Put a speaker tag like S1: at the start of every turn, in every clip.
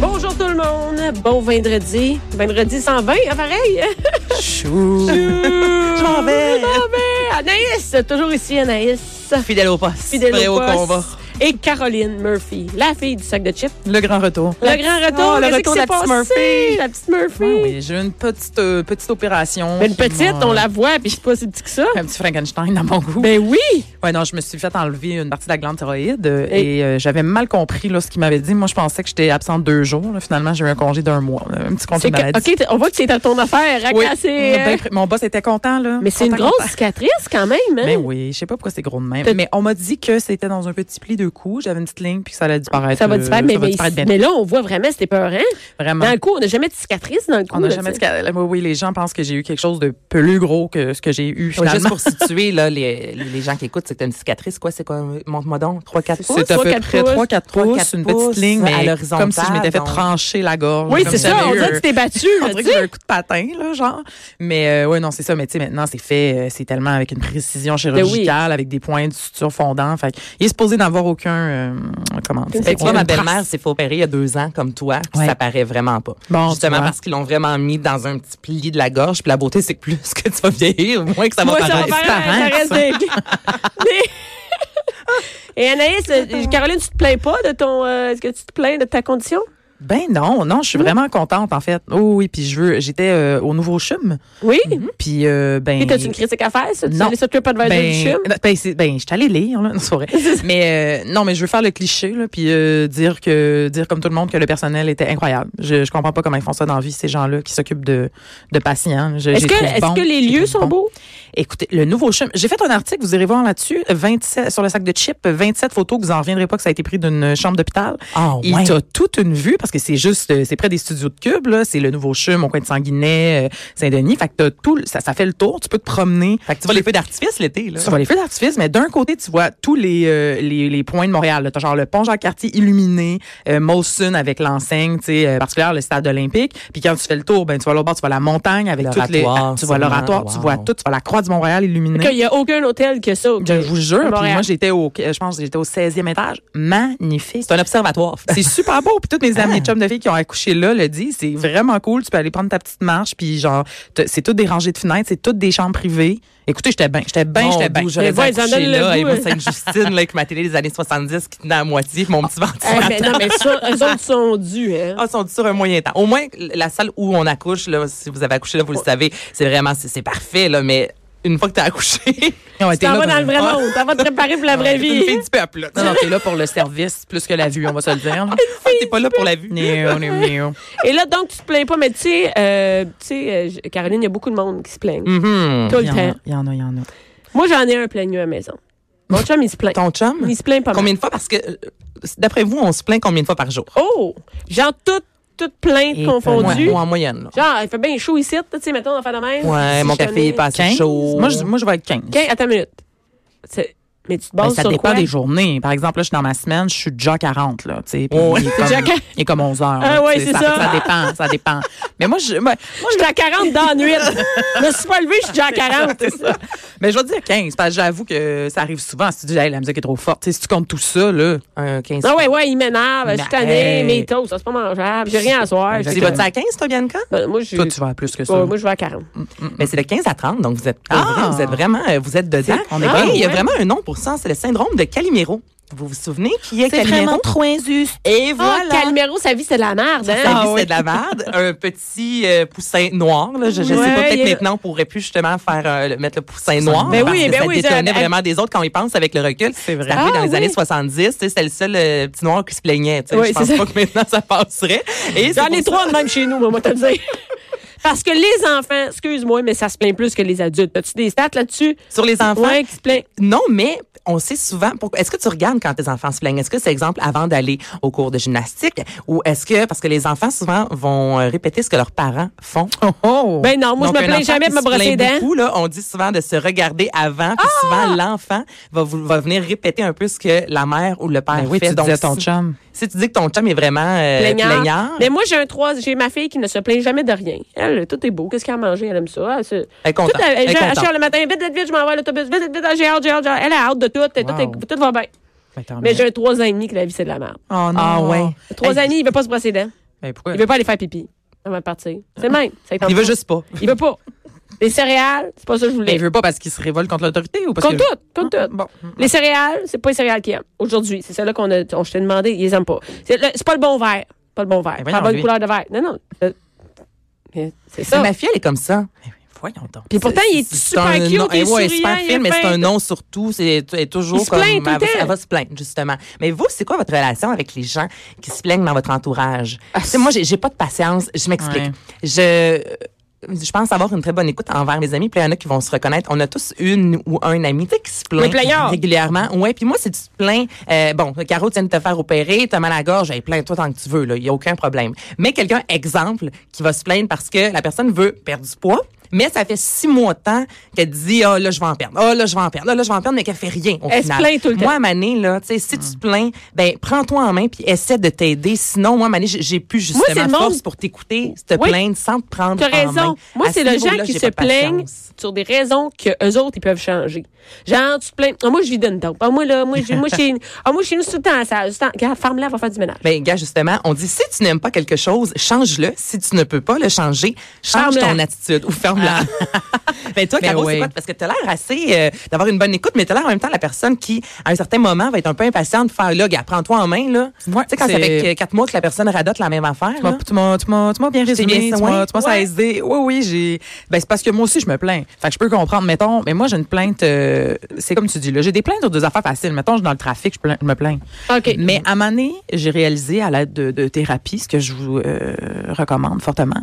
S1: Bonjour tout le monde, bon vendredi. Vendredi 120, hein, pareil.
S2: Chou.
S1: Je
S2: m'en vais.
S1: Anaïs, toujours ici Anaïs.
S2: Fidèle au poste.
S1: Fidèle
S2: prêt
S1: au poste.
S2: combat.
S1: Et Caroline Murphy, la fille du sac de chips.
S2: Le grand retour.
S1: Le grand retour,
S2: Oh, le
S1: qu'est-ce
S2: retour
S1: qui
S2: de la
S1: s'est passé?
S2: petite Murphy. Ah
S1: La petite Murphy.
S2: Oui, Ah. oui, j'ai eu une petite, euh, petite opération.
S1: Mais une
S2: qui
S1: petite,
S2: m'a-
S1: on la voit, puis je suis pas si petit que ça.
S2: Un petit Frankenstein dans mon goût.
S1: Ben oui.
S2: Ouais, non, je me suis fait enlever une partie de la glande thyroïde euh,
S1: Et-
S2: et, euh, j'avais mal compris là, ce qu'il m'avait dit. Moi, je pensais que j'étais absente deux jours. là. Finalement, j'ai eu un congé d'un mois. là, Un petit congé
S1: C'est
S2: de
S1: que-
S2: maladie.
S1: ok, t'es- on voit que c'est à ton affaire, à
S2: Oui.
S1: casser,
S2: Ben,
S1: euh,
S2: mon boss était content. Là.
S1: Mais c'est une
S2: Content,
S1: grosse
S2: content.
S1: cicatrice quand même. Hein?
S2: Ben oui, je sais pas pourquoi c'est gros de même.
S1: Peut-
S2: Mais on m'a dit que c'était dans un petit pli de cou. J'avais une petite ligne puis que ça allait disparaître.
S1: Ça va
S2: euh,
S1: disparaître, mais,
S2: ça va
S1: mais-
S2: disparaître bien.
S1: mais là, on voit vraiment, c'était peur, hein?
S2: Vraiment.
S1: Dans le coup, on n'a jamais de cicatrice dans le coup.
S2: On n'a
S1: là,
S2: jamais dit
S1: tu sais.
S2: que- oui, oui, les gens pensent que j'ai eu quelque chose de plus gros que ce que j'ai eu
S3: Ouais,
S2: finalement.
S3: juste pour situer là, les, les- les gens qui écoutent, c'est que t'as une cicatrice, quoi, c'est quoi? Montre-moi donc, 3-4 pouces.
S2: c'est à
S1: Trois,
S2: peu
S1: quatre
S2: près
S1: pouces.
S2: 3 4
S3: Trois,
S2: pouces,
S3: quatre
S2: une
S3: pouces,
S2: petite ligne
S3: à
S2: mais
S3: l'horizontale,
S2: comme si je m'étais fait
S3: donc.
S2: trancher la gorge.
S1: Oui,
S2: comme
S1: c'est
S2: si
S1: ça,
S2: j'avais
S1: on
S2: eu
S1: dirait que
S2: un-
S1: tu t'es battu.
S2: on
S1: là,
S2: dirait
S1: tu
S2: que
S1: sais.
S2: j'ai un coup de patin là, genre. Mais euh, ouais non, c'est ça, mais tu sais maintenant c'est fait euh, c'est tellement avec une
S3: Ben
S2: précision chirurgicale avec des points de suture fondant, fait que il est supposé n'avoir aucun euh, comment dire,
S3: Fait que moi,
S2: aucune
S3: ma
S2: trace.
S3: belle-mère s'est fait opérer il y a deux ans, comme toi, puis
S2: Ouais.
S3: ça paraît vraiment pas.
S2: Bon, tu
S3: Justement
S2: vois.
S3: parce qu'ils l'ont vraiment mis dans un petit pli de la gorge, puis la beauté, c'est que plus que tu vas vieillir, moins que ça va
S1: Moi, ça va
S3: paraître.
S1: faire
S2: paraître,
S1: un- ça reste des- Mais- Et Anaïs, euh, Caroline, tu te plains pas de ton. euh, Est-ce que tu te plains de ta condition?
S2: Ben non, non, je
S3: Hmm.
S2: suis vraiment contente en fait. Oh oui, puis je veux j'étais euh, au nouveau chum,
S1: Oui.
S3: Hmm.
S2: puis euh, ben
S1: Et t'as-tu une critique à faire? Ça? Tu
S2: Non.
S1: allais sur TripAdvisor
S2: ben,
S1: du chum?
S2: non, ben, c'est- ben, je suis allée lire, là, non, c'est vrai. mais euh, non, mais je veux faire le cliché, là, puis euh, dire que dire comme tout le monde que le personnel était incroyable. Je, je comprends pas comment ils font ça dans la vie, ces gens-là qui s'occupent de, de patients. Je-
S1: Est-ce
S2: je les
S1: que,
S2: trouve
S1: est-ce
S2: bons,
S1: que les
S2: je les
S1: lieux
S2: trouve
S1: sont
S2: bons.
S1: beaux?
S2: Écoutez, le nouveau chum, j'ai fait un article, vous irez voir là-dessus, 27 sur le sac de chips, 27 photos, vous en reviendrez pas que ça a été pris d'une chambre d'hôpital.
S1: Oh,
S3: Ah,
S2: Il
S3: ouais.
S2: t'a toute une vue parce que c'est juste, euh, c'est près des studios de Cube, là. C'est le nouveau chum, mon coin de Sanguinet, euh, Saint-Denis. Fait que t'as tout, le- ça, ça fait le tour. Tu peux te promener.
S3: Fait que tu vois les feux d'artifice l'été, là.
S2: Tu vois les feux d'artifice, mais d'un côté, tu vois tous les, euh, les, les points de Montréal. là. T'as genre le pont Jacques-Cartier illuminé, euh, Molson avec l'enseigne, tu sais, euh, particulière, le stade olympique. Puis quand tu fais le tour, ben, tu vois l'autre bord, tu vois la montagne avec toutes les,
S3: L'oratoire,
S2: ah, tu vois
S3: sûrement.
S2: l'oratoire, tu
S3: Wow.
S2: vois tout, tu vois la croix du Montréal illuminée.
S1: Qu'il n'y a aucun hôtel que ça. ok?
S2: Je vous
S1: À
S2: jure, puis
S1: Montréal.
S2: moi j'étais au euh, je pense que j'étais au 16e étage, magnifique.
S3: C'est un observatoire.
S2: C'est super beau. Puis toutes mes amies
S1: Ah.
S2: de chums de filles qui ont accouché là le disent. C'est vraiment cool. Tu peux aller prendre ta petite marche. Puis genre, t'as- c'est toutes des rangées de fenêtres. C'est toutes des chambres privées. Écoutez, j'étais bien. J'étais bien, j'étais bien.
S3: J'aurais
S1: Mais ouais, ils en donnent le
S3: là, et
S1: goût,
S3: moi,
S1: hein.
S3: Sainte-Justine, là, avec ma télé des années 70 qui tenait à moitié, puis mon petit
S1: Eh,
S3: ventilateur.
S1: mais non, mais ça, eux autres sont dus. Hein?
S3: Ah, ils sont sur un moyen temps. Au moins, la salle où on accouche, là, si vous avez accouché, là, vous le savez, c'est vraiment, c'est c'est parfait, là, mais une fois que t'as accouché,
S2: Ouais,
S1: Tu
S2: t'es
S1: t'en
S2: là
S1: vas
S2: pour-
S1: dans le vrai monde. T'en vas te préparer pour la vraie
S3: t'es une
S1: vie.
S3: fille du peuple, là.
S2: Non, non, t'es là pour le service plus que la vue, on va se le dire. euh, là.
S3: Ah, T'es pas là pour la vue.
S2: Néo, néo, néo.
S1: Et là, donc, tu te plains pas, mais tu sais, euh, tu sais, euh, j- Caroline, il y a beaucoup de monde qui se plaignent.
S3: Mhm.
S1: Tout le
S2: Il y en a,
S1: temps.
S2: il y en a, il y en a.
S1: Moi, j'en ai un plaigneux à la maison. Mon chum, il se plaint.
S3: Ton chum?
S1: Il se plaint pas mal.
S3: Combien de fois? Parce que, euh, d'après vous, on se plaint combien de fois par jour?
S1: Oh! Genre, toutes toutes plaintes
S2: Et
S3: Moi,
S1: confondues.
S3: moi, en moyenne, là.
S1: Oh, Genre, il fait bien chaud ici, tu sais, mettons, on va faire de même.
S3: Ouais,
S1: Si
S3: mon
S1: je connais-
S3: café est pas assez
S2: 15?
S3: chaud.
S2: Moi, je, moi, je vais être 15.
S1: OK, attends une minute. C'est- Mais tu te
S2: Ben,
S1: bases
S2: ça
S1: sur
S2: dépend
S1: quoi?
S2: des journées. Par exemple, là, je suis dans ma semaine, je suis déjà 40, là, tu sais. puis
S3: Ouais.
S2: Il, est comme,
S1: Oh, Déjà 40.
S2: il est comme 11 heures.
S1: Ah
S2: là,
S1: ouais,
S2: tu sais,
S1: c'est ça.
S2: Ça dépend, ça dépend. Mais moi, je, ben,
S1: Moi, je suis à 40 dans la nuit. Je me suis pas levée, je suis déjà à 40.
S2: Mais je vais te dire 15, parce que j'avoue que ça arrive souvent. Si tu dis, hey, la musique est trop forte, Tu sais, si tu comptes tout ça, là.
S3: Un 15
S1: Ah ouais, ouais, il m'énerve. Je suis
S2: Mais,
S1: tannée,
S2: Ben, hey.
S1: mes toasts, ça, c'est pas mangeable. J'ai rien à soir.
S3: Tu
S2: Exactement.
S3: vas-tu à 15, toi, Bianca?
S1: Ben, Moi, je suis.
S2: Toi, tu vas à plus que ça.
S1: Ouais, moi, je vais à 40.
S3: Mais c'est de 15 à 30, donc vous êtes, pour vrai, vous êtes vraiment, euh, vous êtes dedans.
S2: C'est- on est
S3: Et
S2: bien.
S3: Il y a
S1: Ouais.
S3: vraiment un nom pour ça, c'est le syndrome de Calimero. Vous vous souvenez qui est Calimero?
S2: trop injuste.
S3: Et
S1: Ah,
S3: voilà.
S1: Calmero, sa vie, c'est de la merde, hein?
S3: Sa vie,
S2: Ah oui.
S3: c'est de la merde. Un petit euh, poussin noir. Là. Je ne sais
S1: Ouais,
S3: pas,
S1: il y a-
S3: peut-être maintenant, on pourrait plus justement faire euh, le- mettre le poussin noir.
S2: Ben
S3: parce
S1: oui,
S3: que
S1: ben
S3: ça
S1: oui,
S3: détonnait
S1: ça-
S3: vraiment des autres quand ils pensent avec le recul. C'est
S2: vrai.
S3: arrivé
S1: Ah
S3: dans les
S1: oui.
S3: années 70. tu sais, C'était le seul euh, petit noir qui se plaignait. tu sais.
S1: Oui,
S3: je pense
S1: c'est ça.
S3: pas que maintenant, ça passerait. Et c'est
S1: J'en
S3: pour
S1: ai
S3: ça-
S1: trois de même chez nous, moi, moi, te le dire. Parce que les enfants, excuse-moi, mais ça se plaint plus que les adultes. As-tu des stats là-dessus?
S3: Sur les enfants,
S1: Ouais, qui se plaint.
S3: Non, mais on sait souvent pourquoi. Est-ce que tu regardes quand tes enfants se plaignent? Est-ce que c'est exemple avant d'aller au cours de gymnastique? Ou est-ce que, parce que les enfants souvent vont euh, répéter ce que leurs parents font.
S2: Oh, oh.
S1: Ben non, moi, je
S3: Donc,
S1: me
S3: un
S1: plains
S3: enfant
S1: jamais
S3: qui
S1: de me
S3: se
S1: brosser les
S3: plaint
S1: dents. Ah!
S3: beaucoup, là, on dit souvent de se regarder avant. Puis souvent, l'enfant va, vous- va venir répéter un peu ce que la mère ou le père
S2: Ben oui,
S3: fait.
S2: tu disais ton
S3: si-
S2: chum.
S3: Si tu dis que ton chum est vraiment euh,
S1: Plaignard.
S3: plaignard,
S1: Mais moi, j'ai un trois, j'ai ma fille qui ne se plaint jamais de rien. Elle, tout est beau. Qu'est-ce qu'elle a mangé? Elle aime ça. Elle, se...
S3: Elle est contente.
S1: Tout, elle,
S3: Elle est
S1: je-
S3: contente.
S1: je sors le matin, vite, vite, vite, je m'en vais à l'autobus. Vite, vite, vite, j'ai hâte, j'ai hâte, j'ai hâte. Elle a hâte de tout. et Tout,
S2: Wow.
S1: est- tout va bien.
S2: Ben, tant
S1: Mais
S2: mieux.
S1: j'ai un trois ans et demi que la vie, c'est de la merde.
S2: Oh non.
S3: Ah ouais.
S1: Le Trois ans et demi, il veut pas se brosser les dents.
S2: Ben, pourquoi?
S1: Il veut pas aller faire pipi avant de partir. C'est le même. Ça lui tente
S3: il veut
S1: pas.
S3: juste pas.
S1: Il veut pas. Les céréales, c'est pas ça que je
S2: Ben,
S1: voulais.
S2: il veut pas parce qu'il se révolte contre l'autorité ou parce
S1: Compte
S2: que... Hein?
S1: tout, compte tout.
S2: Bon.
S1: Les céréales, c'est pas les céréales qu'ils aiment. Aujourd'hui, c'est celle-là qu'on a, on, je t'ai demandé, ils les aiment pas. C'est, le- c'est pas le bon verre. Pas le bon verre.
S2: Eh
S1: pas
S2: ben
S1: la
S2: non,
S1: bonne
S2: lui.
S1: couleur de verre. Non, non. le- mais C'est
S3: Mais
S1: ça.
S3: Ma fille, elle est comme ça. Ben oui, Voyons donc.
S1: Puis pourtant, il est super
S3: un
S1: cute,
S3: nom-
S1: il est
S3: eh ouais,
S1: souriant,
S3: super
S1: il est
S3: film, mais c'est
S1: fin.
S3: un nom surtout. C'est elle est toujours
S1: Il se
S3: comme.
S1: plaint tout le
S3: elle, va,
S1: temps.
S3: elle va se plaindre, justement. Mais vous, c'est quoi votre relation avec les gens qui se plaignent dans votre entourage?
S1: Ah,
S3: Tu sais, moi, j'ai j'ai pas de patience. Je m'explique.
S2: Ouais.
S3: Je. Je pense avoir une très bonne écoute envers mes amis. Puis il y en a qui vont se reconnaître. On a tous une ou un ami tu sais, qui se plaint
S1: plaignard.
S3: régulièrement. Ouais. Puis moi, c'est du plaint. Euh, bon, Caro, tu viens de te faire opérer, t'as mal à la gorge, elle plaint toi tant que tu veux. là. Il y a aucun problème. Mais quelqu'un, exemple, qui va se plaindre parce que la personne veut perdre du poids. Mais ça fait six mois de temps qu'elle dit Ah, là, je vais en perdre. Ah, là, je vais en perdre. Ah, là, je vais en perdre, mais qu'elle fait rien. Au
S1: Elle se
S3: final.
S1: plaint tout le temps.
S3: Moi, à Mané, là, tu sais, si tu te plains, ben, prends-toi en main puis essaie de t'aider. Sinon, moi, à Mané, j'ai- j'ai plus justement
S1: c'est le monde-
S3: force pour t'écouter, te
S1: Oui.
S3: plaindre sans te prendre
S1: T'as
S3: en main.
S1: raison. Moi,
S3: À
S1: c'est
S3: ce
S1: le gens
S3: niveau-là,
S1: qui
S3: j'ai
S1: se
S3: pas de
S1: plaignent
S3: patience.
S1: sur des raisons que eux autres, ils peuvent changer. Genre, tu te plains. Ah, moi, je vis d'une taupe. Ah, moi, là, moi, je, moi, chez, ah, moi, chez nous, c'est tout le temps, ça, tout le temps. Regarde, ferme-la, va faire du ménage.
S3: Ben, gars, justement, on dit si tu n'aimes pas quelque chose, change-le. Si tu ne peux pas le changer, change
S1: Ferme-la.
S3: ton attitude ou ferme-la. ben, toi,
S2: Ben
S3: Caro,
S2: oui.
S3: c'est quoi? Parce que t'as l'air assez euh, d'avoir une bonne écoute, mais t'as l'air en même temps la personne qui, à un certain moment, va être un peu impatiente de faire là, gars, prends-toi en main, là.
S2: Ouais,
S3: tu sais, quand ça
S2: c'est-
S3: fait euh, quatre mois que la personne radote la même affaire,
S2: Tu m'as-
S3: là.
S2: tu m'as tu m'as- tu m'as bien
S3: t'ai
S2: résumé.
S3: bien-
S2: tu m'as-
S3: ouais.
S2: tu m'as ça SD. Oui, oui, j'ai. Ben, c'est parce que moi aussi, je me plains. Fait que je peux comprendre. Mettons, mais moi, j'ai une plainte. euh, c'est comme tu dis, là. J'ai des plaintes sur deux affaires faciles. Mettons, je suis dans le trafic, je, plains- je me plains.
S1: OK.
S2: Mais à ma année, j'ai réalisé à l'aide de, de thérapie, ce que je vous euh, recommande fortement.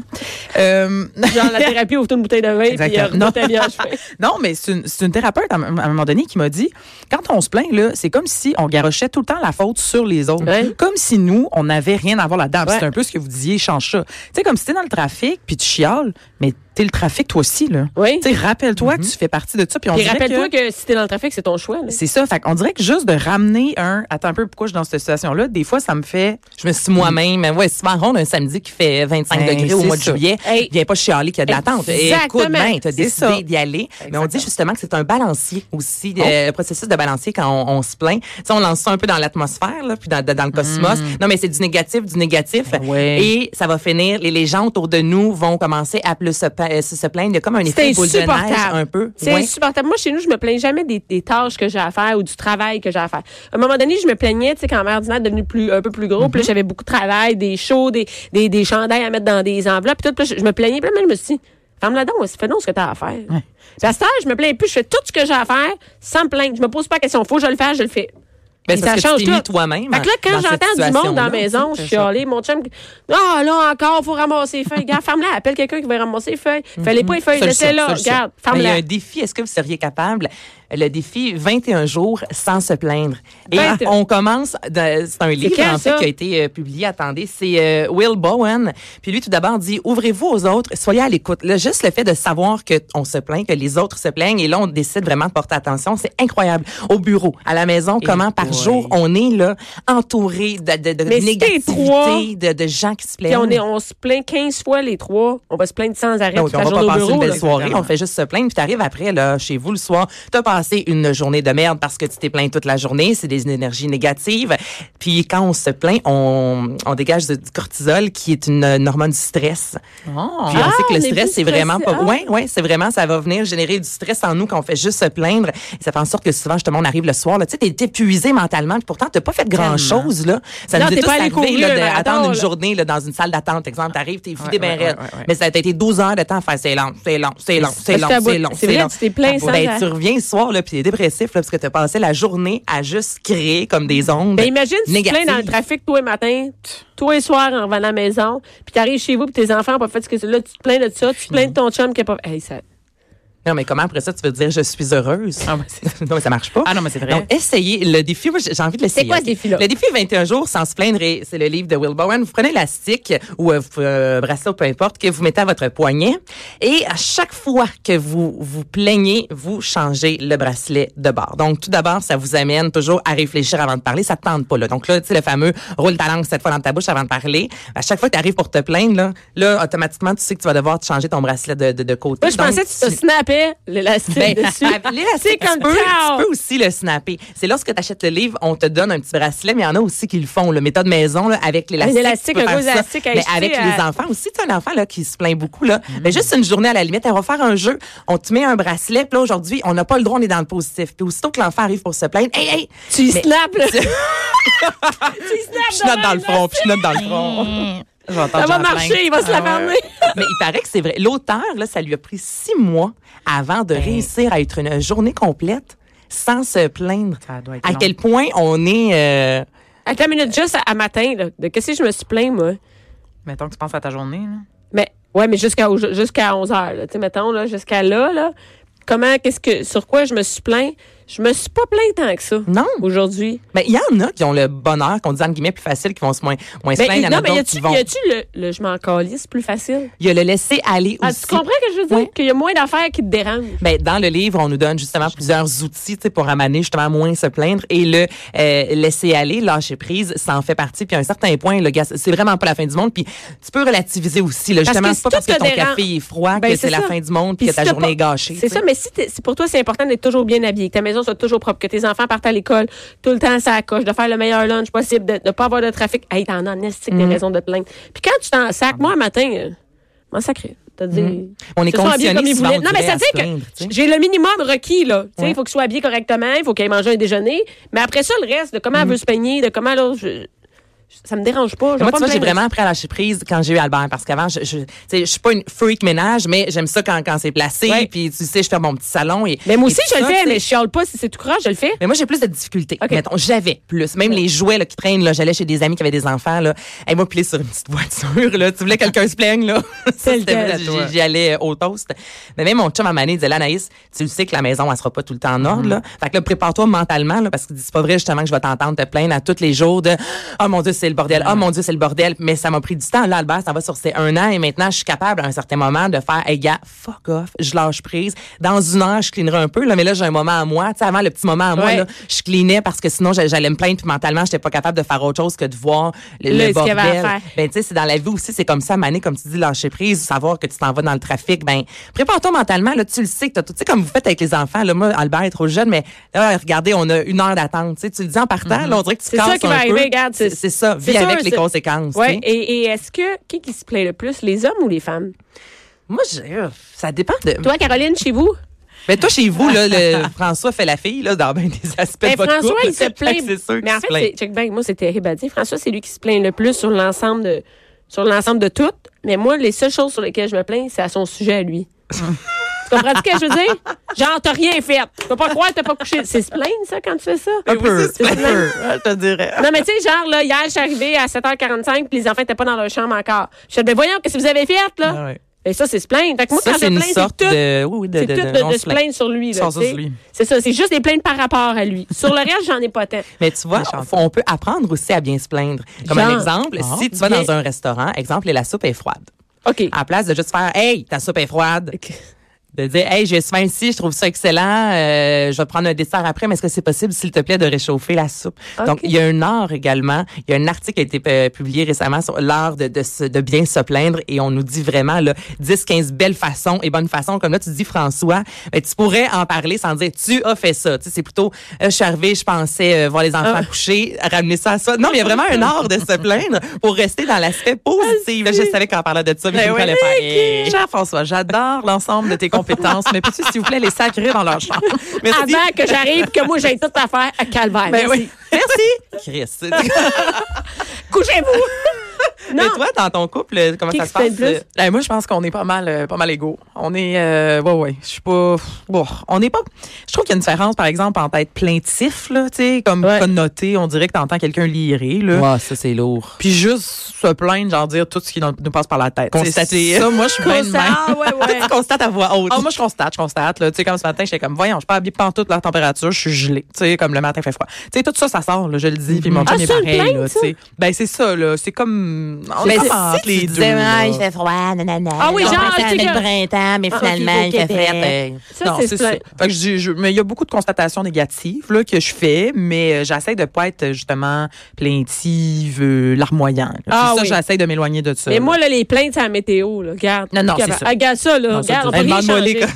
S2: Euh,
S1: Genre, la thérapie, ouvre une bouteille de vin, puis
S2: Exactement.
S1: euh, non. ta vie en chemin.
S2: non, mais c'est une, c'est une thérapeute à, m- à un moment donné qui m'a dit quand on se plaint, là, c'est comme si on garochait tout le temps la faute sur les autres.
S1: Ouais.
S2: Comme si nous, on n'avait rien à voir là-dedans. Puis
S1: Ouais.
S2: C'est un peu ce que vous disiez, change ça. Tu sais, comme si t'es dans le trafic, puis tu chiales, mais t'es le trafic toi aussi, là.
S1: Oui.
S2: Tu sais, rappelle-toi que tu fais partie de ça. Puis on
S1: Mm-hmm. Puis
S2: dirait
S1: rappelle-toi que... si t'es dans le trafic, c'est ton choix. là.
S2: C'est ça. Fait qu'on dirait que juste de ramener un. Attends un peu, pourquoi je suis dans cette situation-là? Des fois, ça me fait.
S3: Je me suis moi-même, euh, ouais, souvent ronde un samedi qui fait 25
S2: Ben,
S3: degrés au
S2: c'est
S3: mois de
S2: ça.
S3: juillet.
S1: Hey.
S3: Viens pas chialer qu'il y a de l'attente. Et Écoute,
S1: Exactement.
S3: ben, t'as
S2: C'est ça.
S3: décidé d'y aller. Mais on dit justement que c'est un balancier aussi,
S1: Oh.
S3: euh, le processus de balancier quand on, on se plaint. Tu sais, on lance ça un peu dans l'atmosphère, là, puis dans, dans le cosmos.
S1: Hmm.
S3: Non, mais c'est du négatif, du négatif.
S2: Ben ouais.
S3: Et ça va finir, les, les gens autour de nous vont commencer à plus se, pa- euh, se, se plaindre. Il y a comme un
S1: C'est
S3: effet boule de neige
S1: insupportable.
S3: un peu.
S1: C'est
S3: Ouais.
S1: insupportable. Moi, chez nous, je me plains jamais des, des tâches que j'ai à faire ou du travail que j'ai à faire. À un moment donné, je me plaignais, tu sais, quand ma ordinaire est devenue plus, un peu plus gros, puis
S3: Mhm.
S1: là, j'avais beaucoup de travail, des shows, des, des, des chandails à mettre dans des enveloppes, puis tout, puis là, je, je me plaignais, puis là, même, je me suis dit, ferme la dent, fais donc ce que t'as à faire. Puis à cette heure, je me plains plus, je fais tout ce que j'ai à faire sans me plaindre. Je me pose pas la question, faut que je le fasse, je le fais.
S3: Ben,
S1: Et
S3: c'est parce que tu t'es mis toi-même
S1: Fait que là, quand
S3: dans cette
S1: j'entends du monde dans la
S3: situation-là,
S1: maison, je
S3: c'est
S1: suis allée, mon chum, ah là encore, faut ramasser les feuilles. Regarde, ferme-la, appelle quelqu'un qui va ramasser les feuilles. Fallait pas les feuilles,
S3: Mm-hmm. Seul ça,
S1: laissez-la.
S3: seul ça.
S1: Regarde,
S3: Mais Il y a
S1: ferme-la.
S3: un défi. Est-ce que vous seriez capable? Le défi 21 jours sans se plaindre. Et
S1: 21.
S3: on commence. de- C'est un livre
S1: quand,
S3: en fait
S1: ça?
S3: qui a été euh, publié. Attendez, c'est euh, Will Bowen. Puis lui tout d'abord dit ouvrez-vous aux autres, soyez à l'écoute. Là, juste le fait de savoir que on se plaint, que les autres se plaignent, et là on décide vraiment de porter attention. C'est incroyable. Au bureau, à la maison, comment par
S2: boy.
S3: jour on est là entouré de, de, de
S1: Mais si t'es
S3: négativité,
S1: trois,
S3: de, de gens qui se plaignent.
S1: Puis on, est, on se plaint 15 fois les trois. On va se plaindre sans arrêt.
S3: Non,
S1: toute
S3: puis on
S1: la
S3: va
S1: journée au
S3: pas passer
S1: bureau,
S3: une belle
S1: là.
S3: soirée, on fait juste se plaindre, puis t'arrives après là chez vous le soir, t'as passé une journée de merde parce que tu t'es plaint toute la journée, c'est des énergies négatives. Puis quand on se plaint, on, on dégage du du cortisol qui est une, euh, une hormone du stress. Puis
S1: Ah,
S3: on sait que le
S1: on est
S3: stress
S1: plus
S3: c'est vraiment
S1: stressé.
S3: pas
S1: Ah.
S3: ouais ouais, c'est vraiment ça va venir générer du stress en nous quand on fait juste se plaindre et ça fait en sorte que souvent justement on arrive le soir là, tu sais t'es épuisé mentalement, puis pourtant t'as pas fait grand-chose là. Ça
S1: Non,
S3: nous est
S1: t'es
S3: tous
S1: pas allé
S3: arrivé,
S1: courir
S3: là,
S1: le
S3: de
S1: marathon,
S3: attendre une
S1: là.
S3: journée là, dans une salle d'attente exemple, t'arrives, t'es vidé
S2: Ouais,
S3: ben
S2: ouais,
S3: raide.
S2: ouais, ouais, ouais.
S3: Mais ça t'a été 12 heures de temps à faire c'est long, c'est long, c'est long, c'est long,
S1: Parce que t'as-
S3: c'est long,
S1: c'est
S3: c'est
S1: vrai,
S3: long.
S1: tu t'es plaint sans
S3: Ben,
S1: arrêt.
S3: tu reviens ce soir là puis t'es dépressif là, parce que t'as passé la journée à juste créer comme des ondes.
S1: Ben imagine, tu te plains
S3: négatives.
S1: dans le trafic tous les matins, tous les soirs en revenant à la maison, puis t'arrives chez vous, puis tes enfants n'ont pas fait ce que c'est. Là, tu te plains de ça, tu te plains de ton chum qui n'a pas. Hey, ça.
S3: Non, mais comment après ça, tu veux dire je suis heureuse?
S2: Ah, mais c'est-
S3: non, mais ça marche pas.
S2: Ah non, mais c'est vrai.
S3: Donc, essayez le défi. Moi, j'ai j'ai envie de l'essayer.
S1: C'est quoi ce
S3: ok?
S1: défi-là?
S3: Le défi 21 jours sans se plaindre, et c'est le livre de Will Bowen. Vous prenez l'élastique ou euh, vous, euh, bracelet ou peu importe que vous mettez à votre poignet et à chaque fois que vous vous plaignez, vous changez le bracelet de bord. Donc, tout d'abord, ça vous amène toujours à réfléchir avant de parler. Ça te tente pas, là. Donc là, tu sais, le fameux roule ta langue cette fois dans ta bouche avant de parler. À chaque fois que tu arrives pour te plaindre, là, là, automatiquement, tu sais que tu vas devoir te changer ton bracelet de, de, de côté.
S1: Moi, je
S3: Donc,
S1: pensais que tu te
S3: tu-
S1: snappais l'élastique
S3: ben,
S1: dessus.
S3: avec l'élastique,
S1: C'est comme
S3: tu peux,
S1: ciao.
S3: tu peux aussi le snapper. C'est lorsque tu achètes le livre, on te donne un petit bracelet, mais il y en a aussi qui le font, le méthode maison là, avec l'élastique.
S1: Un élastique,
S3: tu peux
S1: un
S3: faire
S1: gros
S3: ça.
S1: élastique à
S3: Mais
S1: acheter euh, Mm.
S3: avec
S1: à-
S3: les enfants aussi, tu as un enfant là qui se plaint beaucoup là. Mais juste une journée à la limite, on va faire un jeu, on te met un bracelet, puis là aujourd'hui, on n'a pas le droit, on est dans le positif. Puis aussitôt que l'enfant arrive pour se plaindre, hey hey,
S1: Tu y
S3: Mais-
S1: snaps, là. tu y
S3: je
S1: snaps.
S3: note dans le front, puis je note dans le front.
S1: Ça va marcher, il va
S2: Ah
S1: se la
S3: Ah
S1: fermer.
S3: Mais il paraît que c'est vrai. L'auteur, là, ça lui a pris six mois avant
S1: Ben.
S3: de réussir à être une journée complète sans se plaindre.
S2: Ça doit être
S3: à
S2: long.
S3: quel point on est. euh,
S1: Attends une minute, juste à, à matin, là. De qu'est-ce que je me suis plaint, moi?
S2: Mettons que tu penses à ta journée. là.
S1: Mais, ouais, mais jusqu'à au- jusqu'à 11 heures, là. Tu sais, mettons, là, jusqu'à là, là. Comment, qu'est-ce que, sur quoi je me suis plaint? Je me suis pas plaint tant que ça.
S3: Non.
S1: Aujourd'hui.
S3: Ben, il y en a qui ont le bonheur, qu'on dit entre guillemets plus facile, qui vont se moins, moins se
S1: Ben,
S3: plaindre. Il y en
S1: non,
S3: a
S1: mais y
S3: d'autres
S1: a-tu
S3: qui
S1: y
S3: vont.
S1: a-tu le, le je m'en calisse plus facile?
S3: Il y a le laisser aller
S1: Ah,
S3: aussi.
S1: tu comprends ce que je veux dire?
S3: Oui.
S1: Qu'il y a moins d'affaires qui te dérangent.
S3: Ben, dans le livre, on nous donne justement plusieurs outils tu sais, pour amener justement à moins se plaindre et le euh, laisser aller, lâcher prise, ça en fait partie. Puis à un certain point, le gars, c'est vraiment pas la fin du monde. Puis tu peux relativiser aussi. Là,
S1: Parce
S3: justement,
S1: que
S3: c'est pas
S1: si
S3: parce
S1: tout
S3: que
S1: te
S3: ton
S1: dérange-
S3: café est froid
S1: Ben,
S3: que c'est
S1: c'est
S3: la
S1: ça.
S3: fin du monde puis que
S1: si
S3: ta
S1: t'as
S3: journée
S1: pas-
S3: est gâchée.
S1: C'est
S3: tu sais.
S1: ça, mais si, t'es- si pour toi c'est important d'être toujours bien habillé, que ta maison soit toujours propre, que tes enfants partent à l'école tout le temps ça coche, de faire le meilleur lunch possible, de ne pas avoir de trafic, hey, t'en as en estique
S3: Mm-hmm.
S1: des raisons de te plaindre. Puis quand tu t'en sacs, moi un matin, euh, m'en sacré. T'as dit,
S3: On est
S1: Ils se sont habillés
S3: conditionnés
S1: comme ils
S3: souvent,
S1: voulaient.
S3: on
S1: Non, mais
S3: dirait,
S1: ça
S3: à
S1: veut
S3: se
S1: dire
S3: plaindre, tu
S1: que
S3: sais.
S1: j'ai le minimum requis, là. Tu sais,
S3: Ouais.
S1: Il faut qu'ils soient habillés correctement, il faut qu'ils mangent un déjeuner. Mais après ça, le reste, de comment elle veut se peigner, de comment là, je- ça me dérange pas. je vais
S3: Mm-hmm. Moi,
S1: pas
S3: tu
S1: me
S3: vois, j'ai
S1: plaindre.
S3: vraiment appris à lâcher prise quand j'ai eu Albert, parce qu'avant, je, je, tu sais, je suis pas une freak ménage, mais j'aime ça quand, quand c'est placé,
S1: Ouais.
S3: puis tu sais, je fais mon petit salon. Et,
S1: Mais moi
S3: et
S1: aussi,
S3: tout
S1: je le
S3: ça,
S1: fais,
S3: tu sais.
S1: mais je chiale pas si c'est tout croche, je le fais.
S3: Mais moi, j'ai plus de difficultés.
S1: OK.
S3: Mettons, j'avais plus. Même les jouets là, qui traînent, là, j'allais chez des amis qui avaient des enfants. Là. Et moi, pilé sur une petite voiture. Là. Tu voulais que quelqu'un se plaigne. Là. Ça,
S1: C'est
S3: c'était
S1: le
S3: vrai,
S1: cas,
S2: toi.
S3: J'y j'y allais euh, au toast. Mais même mon chum à Mané disait, là, Anaïs, tu le sais que la maison, elle sera pas tout le temps en ordre. Là. Fait que là, prépare-toi mentalement, là, parce que c'est pas vrai justement que je vais t'entendre te plaindre à tous les jours de Oh mon Dieu, c'est le bordel. Oh mon Dieu, c'est le bordel. Mais ça m'a pris du temps. Là, Albert, ça va sur ses un an et maintenant, je suis capable à un certain moment de faire Hey gars, fuck off, je lâche prise. Dans une heure, je cleanerai un peu, là, mais là, j'ai un moment à moi. Tu sais, avant le petit moment à moi,
S1: Ouais.
S3: là, je cleanais parce que sinon, j'a- j'allais me plaindre, puis mentalement, j'étais pas capable de faire autre chose que de voir le,
S1: Là,
S3: le
S1: ce qu'il y
S3: bordel.
S1: avait à faire.
S3: Ben, tu sais, c'est dans la vie aussi, c'est comme ça, Mané, comme tu dis, lâcher prise, savoir que tu t'en vas dans le trafic. Ben, prépare-toi mentalement, là, tu le sais que t'as tout. Tu sais, comme vous faites avec les enfants, là, moi, Albert est trop jeune, mais là, regardez, on a une heure d'attente. Tu sais, tu le dis en partant, là, on dirait que tu
S1: Mm-hmm. C'est ça
S3: casses
S1: qui
S3: un
S1: va
S3: peu.
S1: arriver, regarde, c'est-
S3: C'est c'est ça,
S1: c'est
S3: vis
S1: sûr,
S3: avec les
S1: c'est-
S3: conséquences.
S1: Ouais.
S3: tu sais.
S1: Et, et est-ce que qui, qui se plaint le plus, les hommes ou les femmes
S3: Hmm. Moi, j'ai- euh, ça dépend de.
S1: Toi, Caroline, chez vous
S3: Mais toi, chez vous, là, le- François fait la fille, là, dans ben des aspects
S1: Ben,
S3: de votre
S1: François,
S3: couple.
S1: il se plaint.
S3: C'est sûr qu'il
S1: mais en
S3: se
S1: fait,
S3: plaint.
S1: c'est- check bien, moi c'était Hébadé. François, c'est lui qui se plaint le plus sur l'ensemble de sur l'ensemble de tout. Mais moi, les seules choses sur lesquelles je me plains, c'est à son sujet à lui.
S3: Hmm.
S1: tu comprends ce que je veux dire Genre, t'as rien fait. Tu peux pas croire que t'as pas couché. C'est se plaindre ça quand tu fais ça
S3: Un peu,
S1: C'est se
S3: un
S1: plaindre.
S3: peu, je te dirais.
S1: Non, mais tu sais, genre, là, hier, je suis arrivée à 7h45, puis les enfants étaient pas dans leur chambre encore. Je suis ben voyons, qu'est-ce que vous avez fait, là?
S3: Ah ouais.
S1: Et ça, c'est se plaindre. Fait que moi,
S3: Ça,
S1: quand je
S3: c'est
S1: me
S3: une
S1: plains, c'est
S3: sorte
S1: tout.
S3: de. Oui, oui, de.
S1: C'est
S3: de-
S1: tout
S3: de-
S1: de,
S3: on
S1: de
S3: se
S1: se
S3: plaint.
S1: plaindre sur lui. là,
S3: Sans
S1: tu sais.
S3: sur lui.
S1: C'est ça, c'est juste des plaintes par rapport à lui. Sur le reste, j'en ai pas tant.
S3: Mais tu vois, on- on peut apprendre aussi à bien se plaindre. Comme
S1: Genre. Ah,
S3: un exemple, si tu vas
S1: Bien.
S3: dans un restaurant, exemple, et la soupe est froide.
S1: OK.
S3: À la place de juste faire, hey, ta soupe est froide. De dire, hey, j'ai soin ici, je trouve ça excellent, euh, je vais prendre un dessert après, mais est-ce que c'est possible, s'il te plaît, de réchauffer la soupe?
S1: OK.
S3: Donc, il y a un art également. Il y a un article qui a été euh, publié récemment sur l'art de, de, se- de bien se plaindre et on nous dit vraiment, là, 10, 15 belles façons et bonnes façons. Comme là, tu dis, François, ben, tu pourrais en parler sans dire, tu as fait ça. Tu sais, c'est plutôt, euh, je suis arrivée, je pensais euh, voir les
S2: Ah.
S3: enfants coucher, ramener ça à soi. Non, mais il y a vraiment un art de se plaindre pour rester dans l'aspect positif. je savais qu'en parlant de ça, mais je
S2: Ah, Ben oui.
S3: voulais faire. Hey.
S2: Cher François, j'adore l'ensemble de tes compétences, mais peux-tu, s'il vous plaît, les sacrer dans leur chambre? Merci.
S1: Avant que j'arrive, que moi, j'ai toute affaire à calvaire.
S2: Ben
S1: Merci.
S2: oui. Merci.
S3: Chris.
S1: Couchez-vous.
S3: Mais toi, dans ton couple, comment
S1: Qui
S3: ça
S1: qui
S3: se
S1: se plaint
S3: passe?
S1: le plus?
S3: euh,
S2: Eh, moi, je pense qu'on est pas mal, euh, pas mal égaux. On est, euh, ouais, ouais, je suis pas, bon, on n'est pas. Je trouve qu'il y a une différence, par exemple, en être plaintif, là, tu sais, comme
S1: Ouais.
S2: connoté, on dirait que t'entends quelqu'un lirer, là.
S3: Ouais, ça, c'est lourd.
S2: Puis juste se plaindre, genre dire tout ce qui nous nous passe par la tête.
S3: Constater.
S2: C'est Ça, moi, je suis bien de même.
S1: Ah, ouais, ouais.
S3: Tu constates à voix haute.
S2: Ah, moi, je constate, je constate. Là, tu sais, comme ce matin, j'étais comme, voyons, je suis pas habillée pantoute, la température, je suis gelée. Tu sais, comme le matin fait froid. Tu sais, tout ça, ça sort, là, je le dis, puis mon chum
S1: Ah,
S2: est
S1: c'est une
S2: pareil,
S1: plainte, Ben,
S2: là, tu sais. Ben, c'est ça, là. C'est comme, on
S3: Mais
S2: est
S3: si
S2: comme entre
S3: tu
S2: les deux.
S3: disais,
S2: là.
S3: Ah, il fait froid, nanana.
S1: Ah oui,
S3: On
S1: genre,
S3: pensait
S1: tu
S3: à
S1: sais
S3: mettre
S1: que-
S3: printemps, mais
S1: Ah,
S3: finalement,
S1: ok,
S3: il fait
S1: ok,
S3: frais.
S1: Ça,
S2: non,
S1: c'est
S2: c'est
S1: plein.
S2: ça. Fait que je, je- mais il y a beaucoup de constatations négatives là, que je fais, mais euh, j'essaie de pas être justement plaintive, euh, larmoyant. là.
S1: Ah
S2: c'est
S1: oui.
S2: ça, j'essaie de m'éloigner de ça.
S1: Mais
S2: là.
S1: moi, là, les plaintes, c'est à la météo, là. Regarde.
S2: Non, non,
S1: Plus
S2: c'est
S1: capable.
S2: ça.
S1: Regarde ça, là.
S3: Non, ça,
S1: Regarde,
S3: c'est
S1: on peut
S3: du-
S1: rien
S3: Demande-moi les
S1: changer.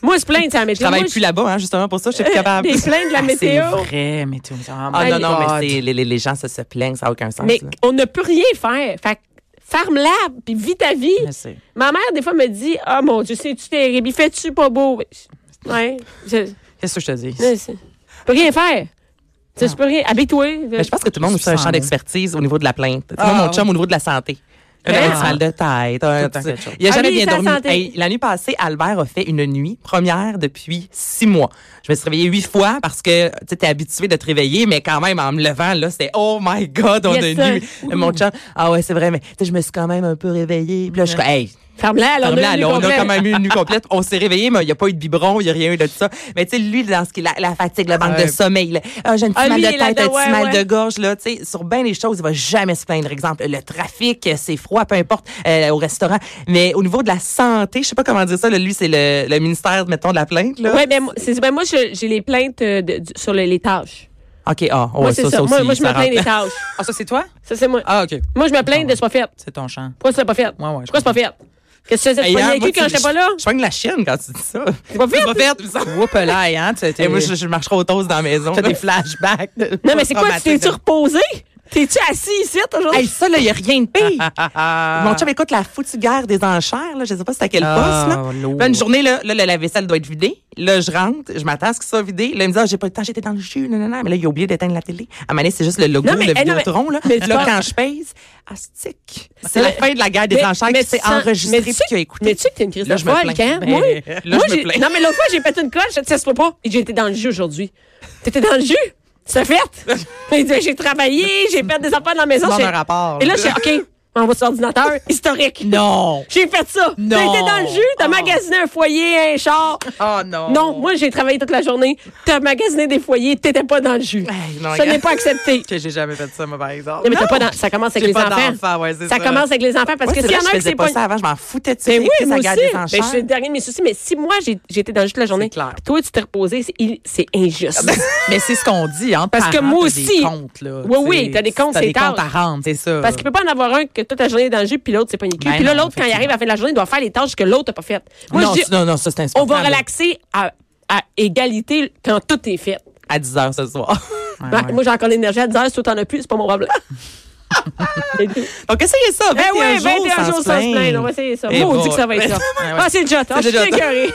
S1: Moi, se plaindre, c'est à la météo.
S3: Je travaille
S1: Moi,
S3: plus là-bas, hein, justement, pour ça, je suis plus
S1: je-
S3: capable.
S1: Des plaintes de la
S2: Ah,
S1: météo.
S2: C'est vrai, météo. Ah,
S3: Ah non, non,
S2: my
S3: mais
S2: God.
S3: c'est- les, les- les gens ça se plaignent, ça n'a aucun sens.
S1: Mais
S3: là.
S1: on ne peut rien faire. Fait que ferme-la, puis vis ta vie.
S2: Je sais.
S1: Ma mère, des fois, me dit Ah mon Dieu, c'est-tu terrible Il fait-tu pas beau Ouais. Je,
S2: Qu'est-ce que je te dis?
S1: je- je peux rien faire. Tu sais, je peux rien. Habille-toi.
S3: Mais je pense que tout le monde a aussi
S2: Je
S3: un
S2: sens,
S3: champ
S2: là.
S3: d'expertise au niveau de la plainte. Tu vois,
S2: Ah,
S3: mon chum, au niveau de la santé. Un
S1: Ben,
S3: petit mal de tête. un-
S2: Tout le temps quelque chose. Ah,
S3: Il a jamais
S1: Habille
S3: bien
S1: sa
S3: dormi.
S1: santé.
S3: Hey, la nuit passée, Albert a fait une nuit première depuis six mois. Je me suis réveillée huit fois parce que tu es habitué de te réveiller, mais quand même, en me levant, là, c'était Oh my God, on
S1: Yes,
S3: a
S1: sir.
S3: nu. Mon chum, ah ouais, c'est vrai, mais tu sais, je me suis quand même un peu réveillée. Puis là, je suis comme, hey,
S1: Ferme-la, alors.
S3: Ferme-la, là, on a
S1: complète.
S3: quand même eu une nuit complète. On s'est réveillé, mais il n'y a pas eu de biberon, il n'y a rien eu de tout ça. Mais tu sais, lui, dans ce qui est la, la fatigue, le manque
S2: Ouais.
S3: de sommeil, là, Ah, j'ai un petit
S1: Ah,
S3: mal
S1: lui,
S3: de
S1: il est
S3: tête, un
S1: là-dedans,
S3: petit
S1: ouais,
S3: mal
S1: ouais.
S3: de gorge, là, tu sais, sur bien des choses, il va jamais se plaindre. Exemple, le trafic, euh, c'est froid, peu importe, euh, au restaurant. Mais au niveau de la santé, je sais pas comment dire ça, là, lui, c'est le, le ministère, mettons, de la plainte, là.
S1: Ouais, ben, moi, c'est- ben, moi, je- j'ai les plaintes euh, de- du- sur le- les tâches.
S3: OK, ah, ouais,
S1: moi,
S3: ça,
S1: c'est ça.
S3: ça aussi,
S1: moi, moi, je
S3: ça
S1: me plains
S3: rentre.
S1: des tâches.
S2: Ah, ça, c'est toi?
S1: Ça, c'est moi.
S2: Ah, OK.
S1: Moi, je me plains de ce pas fait.
S2: C'est ton champ.
S1: Pourquoi c'est pas fait?
S2: Ouais, ouais, je
S1: Pourquoi c'est pas fait? Qu'est-ce que tu faisais de
S3: Hey,
S1: pogner
S3: hein,
S1: le
S3: moi,
S1: cul
S3: tu-
S1: quand j'étais pas là?
S3: Je soigne la chienne quand tu dis ça.
S1: C'est pas fait?
S3: pas fait, il me semble.
S2: Whoopalaï, hein? Tu
S3: Et moi, je, je marcherai aux toasts dans la maison.
S2: T'as
S3: là.
S2: des flashbacks. de-
S1: Non, mais c'est quoi? Tu
S2: traumatiques
S1: t'es-tu
S2: de-
S1: reposé? T'es-tu assis ici aujourd'hui?
S3: Hey, ça, là, il n'y a rien de pire.
S2: Ah, ah.
S3: Mon chum écoute la foutue guerre des enchères, là. Je sais pas c'est à quel
S2: Ah,
S3: poste,
S1: oh,
S3: là.
S2: lourd.
S3: Là, une journée, là, là, la vaisselle doit être vidée. Là, je rentre, je m'attends à ce qu'il soit vidé. Là, il me dit, Ah, j'ai pas le temps, j'étais dans le jus, non, non, non. Mais là, il a oublié d'éteindre la télé. À un moment donné, c'est juste le logo,
S1: Non, mais-
S3: le
S1: eh, non,
S3: Vidéotron, là.
S1: mais tu
S3: là,
S1: parles-
S3: quand je pèse, astic. C'est la fin de la guerre des enchères qui
S1: tu
S3: s'est
S1: sens-
S3: enregistrée
S1: mais tu
S3: puis
S1: sais-
S3: qui a écouté.
S1: Mais tu sais que t'es une crise
S3: Là,
S1: de
S3: je me
S1: folle,
S3: plains.
S1: quand?
S3: Ben,
S1: Moi,
S3: là,
S1: moi,
S3: je me
S1: j'ai-
S3: plains.
S1: Non, mais l'autre fois, j'ai pété une coche, ça se peut pas. Et j'étais dans le jus aujourd'hui. T'étais dans le jus? C'est fait. Il dit, J'ai travaillé, j'ai perdu des enfants dans la maison.
S2: Dans
S1: j'ai-
S2: un rapport.
S1: Et là, je OK, on va sur l'ordinateur historique.
S2: Non!
S1: J'ai fait ça.
S2: Non.
S1: T'étais dans le jus, t'as
S3: Ah.
S1: magasiné un foyer, un char.
S2: Oh non!
S1: Non, moi, j'ai travaillé toute la journée. T'as magasiné des foyers, t'étais pas dans le jus.
S3: Hey,
S1: ça
S3: non, regarde.
S1: n'est pas accepté.
S2: Que j'ai jamais fait ça, moi, par exemple.
S1: Non, mais t'as pas dans- ça commence avec
S2: J'ai
S1: les
S2: pas
S1: enfants.
S2: d'enfants, ouais, c'est
S1: ça
S2: ça.
S1: commence avec les enfants parce que
S3: Ouais, c'est
S1: s'il y
S3: vrai,
S1: en a
S3: je
S1: un qui
S3: faisais
S1: c'est
S3: pas
S1: pas
S3: ça avant, je m'en foutais de ça.
S1: ben oui,
S3: écouter
S1: moi
S3: la
S1: aussi.
S3: guerre des
S1: Ben,
S3: enchères.
S1: je suis le dernier de mes soucis, mais si moi, j'ai- j'étais dans le jus toute la journée,
S2: clair.
S1: puis toi, tu t'es reposé, c'est il- c'est injuste.
S2: Mais c'est ce qu'on dit, hein?
S1: Parce que moi aussi-
S2: Des comptes, là,
S1: Oui, oui,
S2: Tu sais,
S1: t'as des comptes,
S2: T'as
S1: c'est
S2: des comptes
S1: tard.
S2: à rendre, c'est ça.
S1: Parce qu'il peut pas en avoir un que toute la journée est dans le jus, puis l'autre, c'est pas une cul.
S2: Ben
S1: Puis là,
S2: non,
S1: l'autre, quand il arrive à la fin de la journée, il doit faire les tâches que l'autre n'a pas faites. Moi,
S3: Non,
S1: je dis,
S3: non, non, ça, c'est
S1: on va
S3: insupportable.
S1: relaxer à, à égalité quand tout est fait.
S3: À 10 h ce soir.
S1: Ben,
S2: ouais.
S1: Moi, j'ai encore l'énergie à 10 heures. Si toi, t'en as plus, c'est pas mon problème. C'est tout.
S3: Donc, essayez ça.
S1: Ben
S3: 21
S1: ouais,
S3: jours
S1: 21 jours sans se plaindre. On va essayer ça.
S3: Et
S1: Moi, on
S3: bon.
S1: dit que ça va être ça.
S3: Ouais, ouais.
S1: Ah, c'est déjà top.
S3: C'est
S1: Je suis
S3: déjà top.
S1: écoeurée.